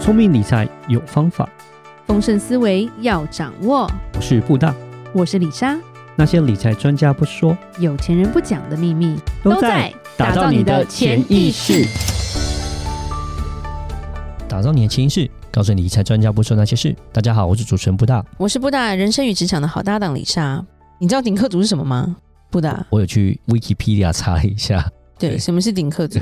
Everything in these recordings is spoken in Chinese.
聪明理财有方法，丰盛思维要掌握。我是布大。我是李莎，那些理财专家不说，有钱人不讲的秘密打造你的潜意识。，打造你的潜意识，告诉你理财专家不说那些事。大家好，我是主持人布大。我是布达人生与职场的好搭档李莎。你知道顶客族是什么吗？布达，我有去 Wikipedia 查了一下， 对，对什么是顶客族？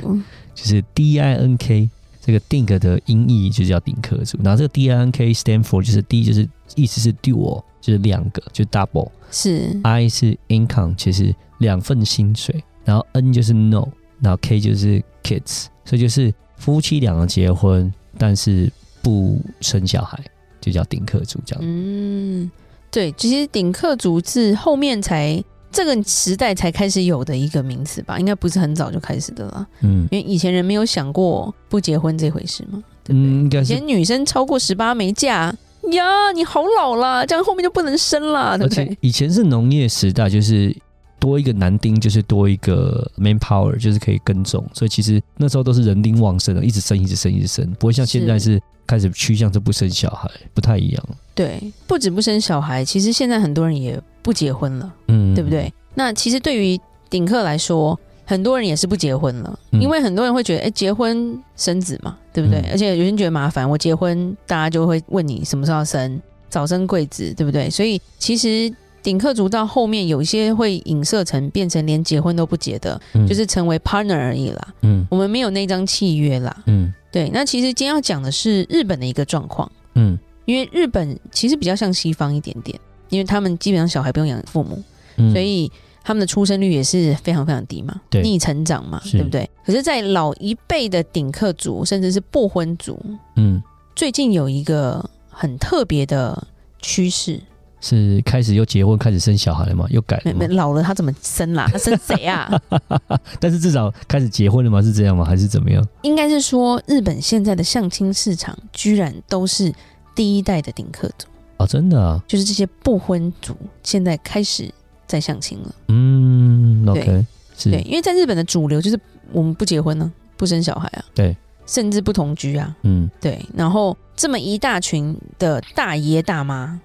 就是 D I N K 这个 think 的音译就叫顶客族，然后这个 D I N K stand for 就是 D 就是意思是 dual，就是两个，就是 double，I 是是 income，就是两份薪水，然后 N 就是 no，然后 K 就是 kids，所以就是夫妻两个结婚，但是不生小孩，就叫顶客族这样。嗯，对，其实顶客族是后面才这个时代才开始有的一个名词吧，应该不是很早就开始的啦，嗯因为以前人没有想过不结婚这回事嘛，对不对？嗯，应该以是前女生超过十八没嫁呀，你好老啦，这样后面就不能生啦，对而不对且？以前是农业时代，就是多一个男丁就是多一个 manpower，就是可以耕种，所以其实那时候都是人丁旺盛的，一直生一直生一直生，不会像现在是开始趋向是不生小孩，不太一样，对，不止不生小孩，其实现在很多人也不结婚了，嗯，对不？对？那其实对于顶客来说，很多人也是不结婚了，嗯因为很多人会觉得，哎，结婚生子嘛，对不对？嗯而且有些人觉得麻烦，我结婚，大家就会问你什么时候要生，早生贵子，对不对？所以其实顶客族到后面有一些会影射成变成连结婚都不结的，嗯就是成为 partner 而已啦，嗯我们没有那张契约啦。嗯对，那其实今天要讲的是日本的一个状况。嗯因为日本其实比较像西方一点点，因为他们基本上小孩不用养父母，嗯，所以他们的出生率也是非常非常低嘛，对逆成长嘛，是对不对？可是，在老一辈的顶客族，甚至是不婚族，嗯最近有一个很特别的趋势，是开始又结婚，开始生小孩了嘛，又改没了没嘛，老了他怎么生啦？他生 谁啊？但是至少开始结婚了吗？是这样吗？还是怎么样？应该是说，日本现在的相亲市场居然都是第一代的顶客族，哦，真的、啊，就是这些不婚族现在开始在相亲了。嗯对，OK，是，对，因为在日本的主流就是我们不结婚呢、不生小孩啊，对，甚至不同居啊，嗯对。然后这么一大群的大爷大妈，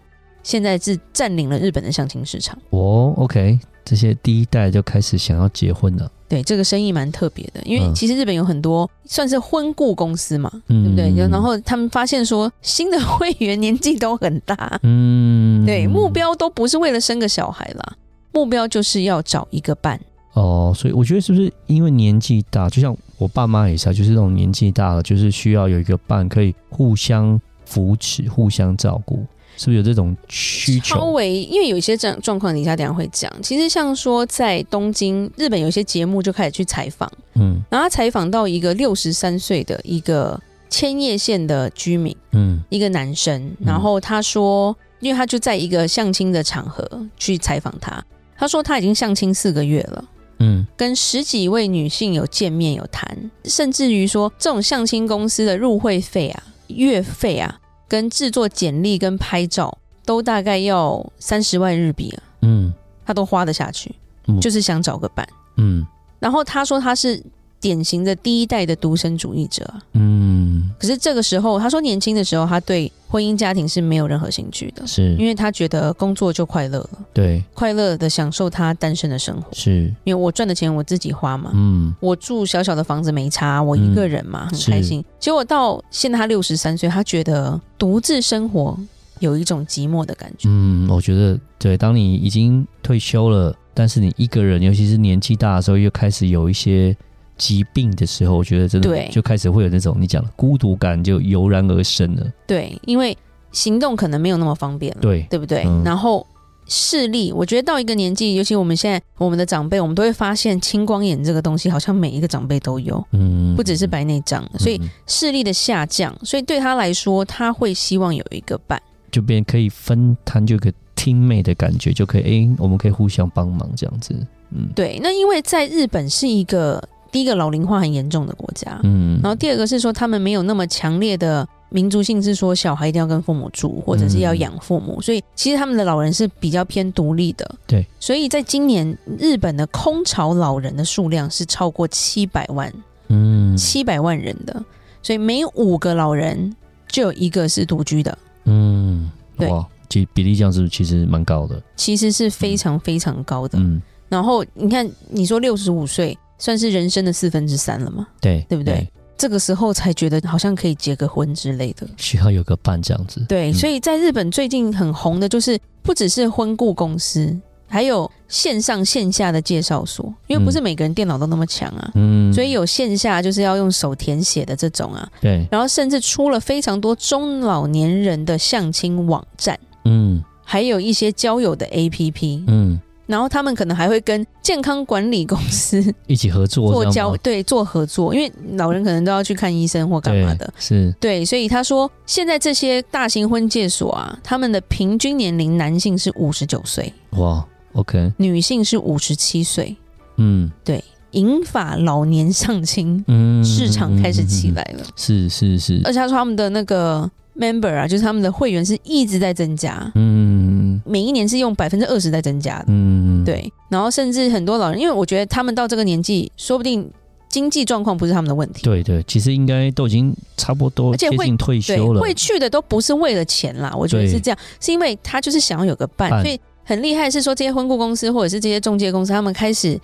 现在是占领了日本的相亲市场。哦，OK，这些第一代就开始想要结婚了，对，这个生意蛮特别的，因为嗯其实日本有很多算是婚顾公司嘛，嗯，对不对？嗯然后他们发现说，新的会员年纪都很大，嗯，对，目标都不是为了生个小孩啦，目标就是要找一个伴。哦，所以我觉得是不是因为年纪大，就像我爸妈也是啊，就是那种年纪大了，就是需要有一个伴，可以互相扶持、互相照顾，是不是有这种需稍求？微，因为有一些这样状况，底下等一下会讲。其实像说在东京，日本有一些节目就开始去采访，嗯然后他采访到一个六十三岁的一个千叶县的居民，嗯一个男生，然后他说，因为他就在一个相亲的场合去采访他，他说他已经相亲四个月了。嗯跟十几位女性有见面有谈，甚至于说这种相亲公司的入会费啊、月费啊，跟制作简历跟拍照都大概要三十万日币啊，嗯他都花得下去嗯，就是想找个伴。嗯然后他说他是典型的第一代的独身主义者啊，嗯，可是这个时候他说年轻的时候他对婚姻家庭是没有任何兴趣的，是因，为他觉得工作就快乐了，对，快乐的享受他单身的生活，是，因为我赚的钱我自己花嘛。嗯我住小小的房子没差，我一个人嘛，很是开心。结果到现在他六十三岁，他觉得独自生活有一种寂寞的感觉。嗯，我觉得对，当你已经退休了，但是你一个人，尤其是年纪大的时候，又开始有一些疾病的时候，我觉得真对的就开始会有那种你讲的孤独感就油然而生了。对，因为行动可能没有那么方便了，对，不对？嗯然后视力，我觉得到一个年纪，尤其我们现在我们的长辈，我们都会发现青光眼这个东西，好像每一个长辈都有，嗯，不只是白内障，嗯，所以嗯视力的下降，所以对他来说，他会希望有一个伴。就变可以分摊，就有个 teammate 的感觉，就可以，哎、我们可以互相帮忙这样子。嗯，对，那因为在日本是一个第一个老龄化很严重的国家，嗯，然后第二个是说，他们没有那么强烈的民族性，是说小孩一定要跟父母住，或者是要养父母，所以其实他们的老人是比较偏独立的。嗯对，所以在今年日本的空巢老人的数量是超过七百万，嗯，七百、万人的，所以每五个老人就有一个是独居的，嗯，对哇，其比例这样是其实蛮高的，其实是非常非常高的。嗯，然后你看，你说六十五岁算是人生的四分之三了嘛？对，对不对？这个时候才觉得好像可以结个婚之类的。需要有个伴这样子，对，嗯所以在日本最近很红的就是不只是婚顾公司，还有线上线下的介绍所，因为不是每个人电脑都那么强啊，嗯，所以有线下就是要用手填写的这种啊，对，然后甚至出了非常多中老年人的相亲网站，嗯还有一些交友的 APP，、嗯，然后他们可能还会跟健康管理公司一起合作做这样交吗对做合作，因为老人可能都要去看医生或干嘛的对，。是，对，所以他说，现在这些大型婚介所啊，他们的平均年龄男性是五十九岁，哇，OK，女性是五十七岁，嗯银发老年相亲嗯，市场开始起来了。是是是，而且他说他们的那个 member 啊，就是他们的会员是一直在增加，嗯每一年是用百分之二十在增加的。嗯，，对，然后甚至很多老人，因为我觉得他们到这个年纪，说不定经济状况不是他们的问题。对对，其实应该都已经差不多而且接会近退对，休了，会去的都不是为了钱啦，我觉得对是这样，是因为他就是想要有个伴，伴所以很厉害是说这些婚顾公司或者是这些中介公司，他们开始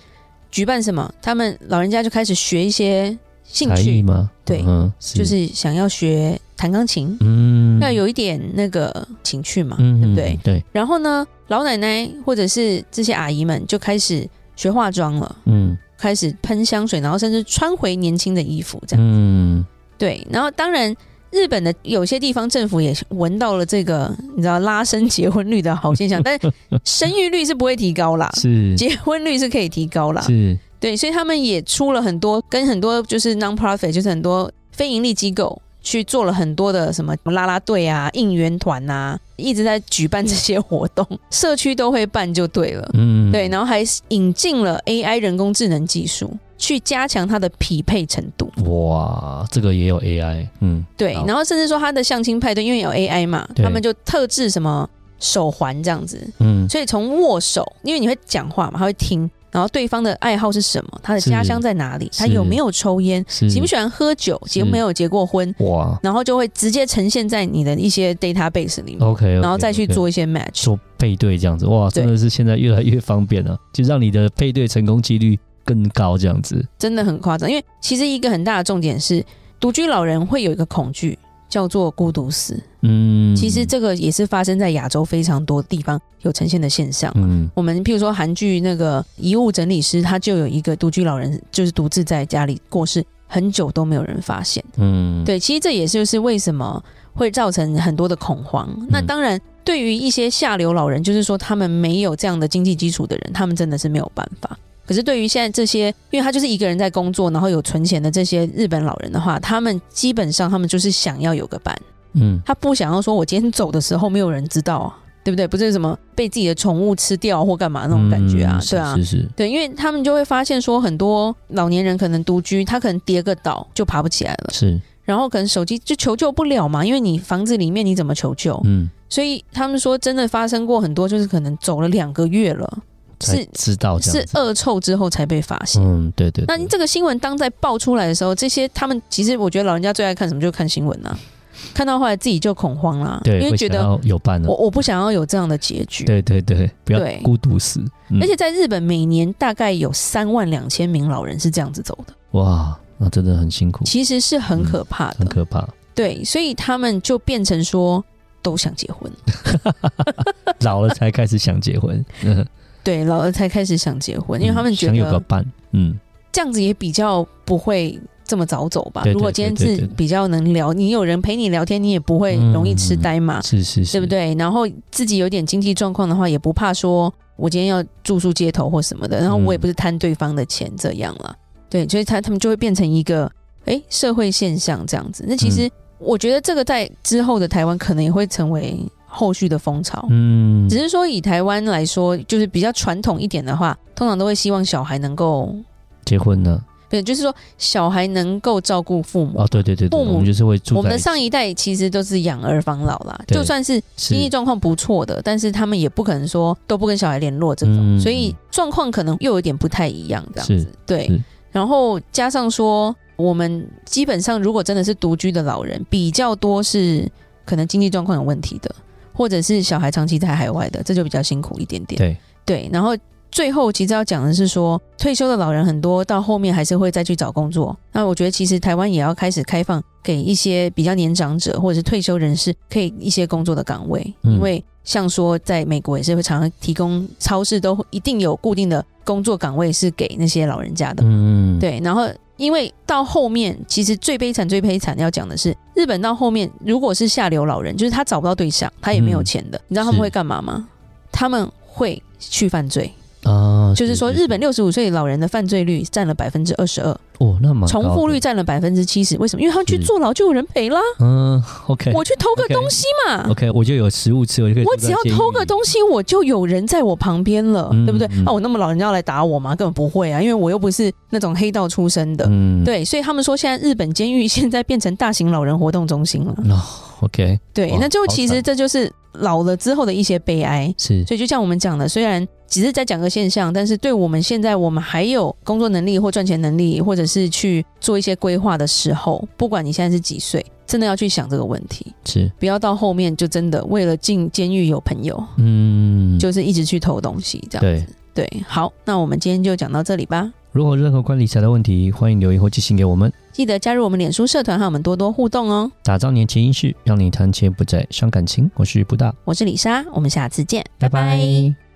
举办什么，他们老人家就开始学一些兴才艺趣，吗？对嗯，就是想要学弹钢琴，嗯，要有一点那个情趣嘛，嗯，对不嗯对？？对，然后呢，老奶奶或者是这些阿姨们就开始学化妆了。嗯开始喷香水，然后甚至穿回年轻的衣服，这样。嗯，对，然后当然，日本的有些地方政府也闻到了这个，你知道拉升结婚率的好现 象，但生育率是不会提高啦，是结婚率是可以提高啦。是，对，所以他们也出了很多跟很多就是 non-profit，就是很多非盈利机构去做了很多的什么啦啦队啊、应援团啊，一直在举办这些活动，社区都会办就对了。嗯，对，然后还引进了 AI 人工智能技术，去加强它的匹配程度。哇，这个也有 AI，嗯，对好，然后甚至说他的相亲派对，因为有 AI 嘛，对他们就特制什么手环这样子，嗯，所以从握手，因为你会讲话嘛，他会听，然后对方的爱好是什么，他的是家乡在哪里，他是嗯有没有抽烟，是喜不喜欢喝酒，结是没有结过婚，哇然后就会直接呈现在你的一些 database 里面， ，OK，嗯然后再去做一些 match。做配对这样子，哇，对真的是现在越来越方便了，就让你的配对成功几率更高这样子，真的很夸张。因为其实一个很大的重点是，独居老人会有一个恐惧，叫做孤独死。嗯，其实这个也是发生在亚洲非常多地方有呈现的现象。嗯我们譬如说韩剧那个遗物整理师，他就有一个独居老人，就是独自在家里过世很久都没有人发现。嗯，对，其实这也就是为什么会造成很多的恐慌。那当然，对于一些下流老人，就是说他们没有这样的经济基础的人，他们真的是没有办法。可是对于现在这些，因为他就是一个人在工作，然后有存钱的这些日本老人的话，他们基本上他们就是想要有个伴，嗯他不想要说我今天走的时候没有人知道啊，对不对？不是什么被自己的宠物吃掉或干嘛那种感觉啊，嗯对啊是。是是，对，因为他们就会发现说，很多老年人可能独居，他可能跌个倒就爬不起来了，是，然后可能手机就求救不了嘛，因为你房子里面你怎么求救？嗯，所以他们说真的发生过很多，就是可能走了两个月了，才是知道这是样子，恶臭之后才被发现。嗯，对对，那对这个新闻当在爆出来的时候，这些他们其实我觉得老人家最爱看什么，就看新闻啊，看到后来自己就恐慌啦，对，因为会觉想得要有伴我了，我不想要有这样的结局。对对对，不要对孤独死，嗯而且在日本，每年大概有三万两千名老人是这样子走哦的，哇，那真的很辛苦，其实是很可怕的。嗯很可怕， 对，所以他们就变成说都想结婚，老了才开始想结婚，嗯对，老了才开始想结婚，因为他们觉想有个得伴，嗯，这样子也比较不会这么早走吧。对对如果今对对嗯天是对比较能聊，你有人陪你聊天，你也不会容易痴呆嘛，是是是，对不？对？然后自己有点经济状况的话，也不怕说我今天要住宿街头或什么的，然后嗯我也不是贪对方的钱这样啦。对，所以他他们就会变成一个哎社会现象这样子。那其嗯实我觉得这个在之后的台湾可能也会成为后续的风潮。嗯，只是说，以台湾来说，就是比较传统一点的话，通常都会希望小孩能够，结婚了。对，就是说小孩能够照顾父母。哦，对对对对，父母我们就是会住在我们的一起上一代其实都是养儿防老啦，对就算是是经济状况不错的，但是他们也不可能说都不跟小孩联络这种，嗯所以状况可能又有点不太一样这样是子。对是，然后加上说，我们基本上如果真的是独居的老人，比较多是可能经济状况有问题的，或者是小孩长期在海外的，这就比较辛苦一点点。对对，然后最后其实要讲的是说，退休的老人很多到后面还是会再去找工作。那我觉得其实台湾也要开始开放给一些比较年长者或者是退休人士，可以一些工作的岗位，嗯因为像说在美国也是会常常提供超市都一定有固定的工作岗位是给那些老人家的。嗯，对，然后因为到后面，其实最悲惨、最悲惨要讲的是，日本到后面如果是下流老人，就是他找不到对象，他也没有嗯钱的，你知道他们是会干嘛吗？他们会去犯罪，啊，就是说日本六十五岁老人的犯罪率占了百分之二十二，哦，那蛮重高复的率占了百分之七十。为什么？因为他们去是坐牢就有人陪啦，嗯，OK 我去偷个 OK 哦东西嘛。 OK，我就有食物吃，我就可以我住只在要监偷狱个里，东西，我就有人在我旁边了，嗯对不对？嗯啊，我那么老人家要来打我吗？根本不会啊，因为我又不是那种黑道出身的。嗯，对，所以他们说现在日本监狱现在变成大型老人活动中心了。哦，OK，对哇，那就好其实惨这就是老了之后的一些悲哀。是所以就像我们讲的，虽然只是在讲个现象，但是对我们现在我们还有工作能力或赚钱能力，或者是去做一些规划的时候，不管你现在是几岁，真的要去想这个问题，是，不要到后面就真的为了进监狱有朋友，嗯，就是一直去偷东西这样对子。。对，好，那我们今天就讲到这里吧。如果有任何关于理财的问题，欢迎留言或寄信给我们。记得加入我们脸书社团和我们多多互动哦。打造年前仪式，让你谈钱不再伤感情。我是布大，我是李莎，我们下次见，拜拜拜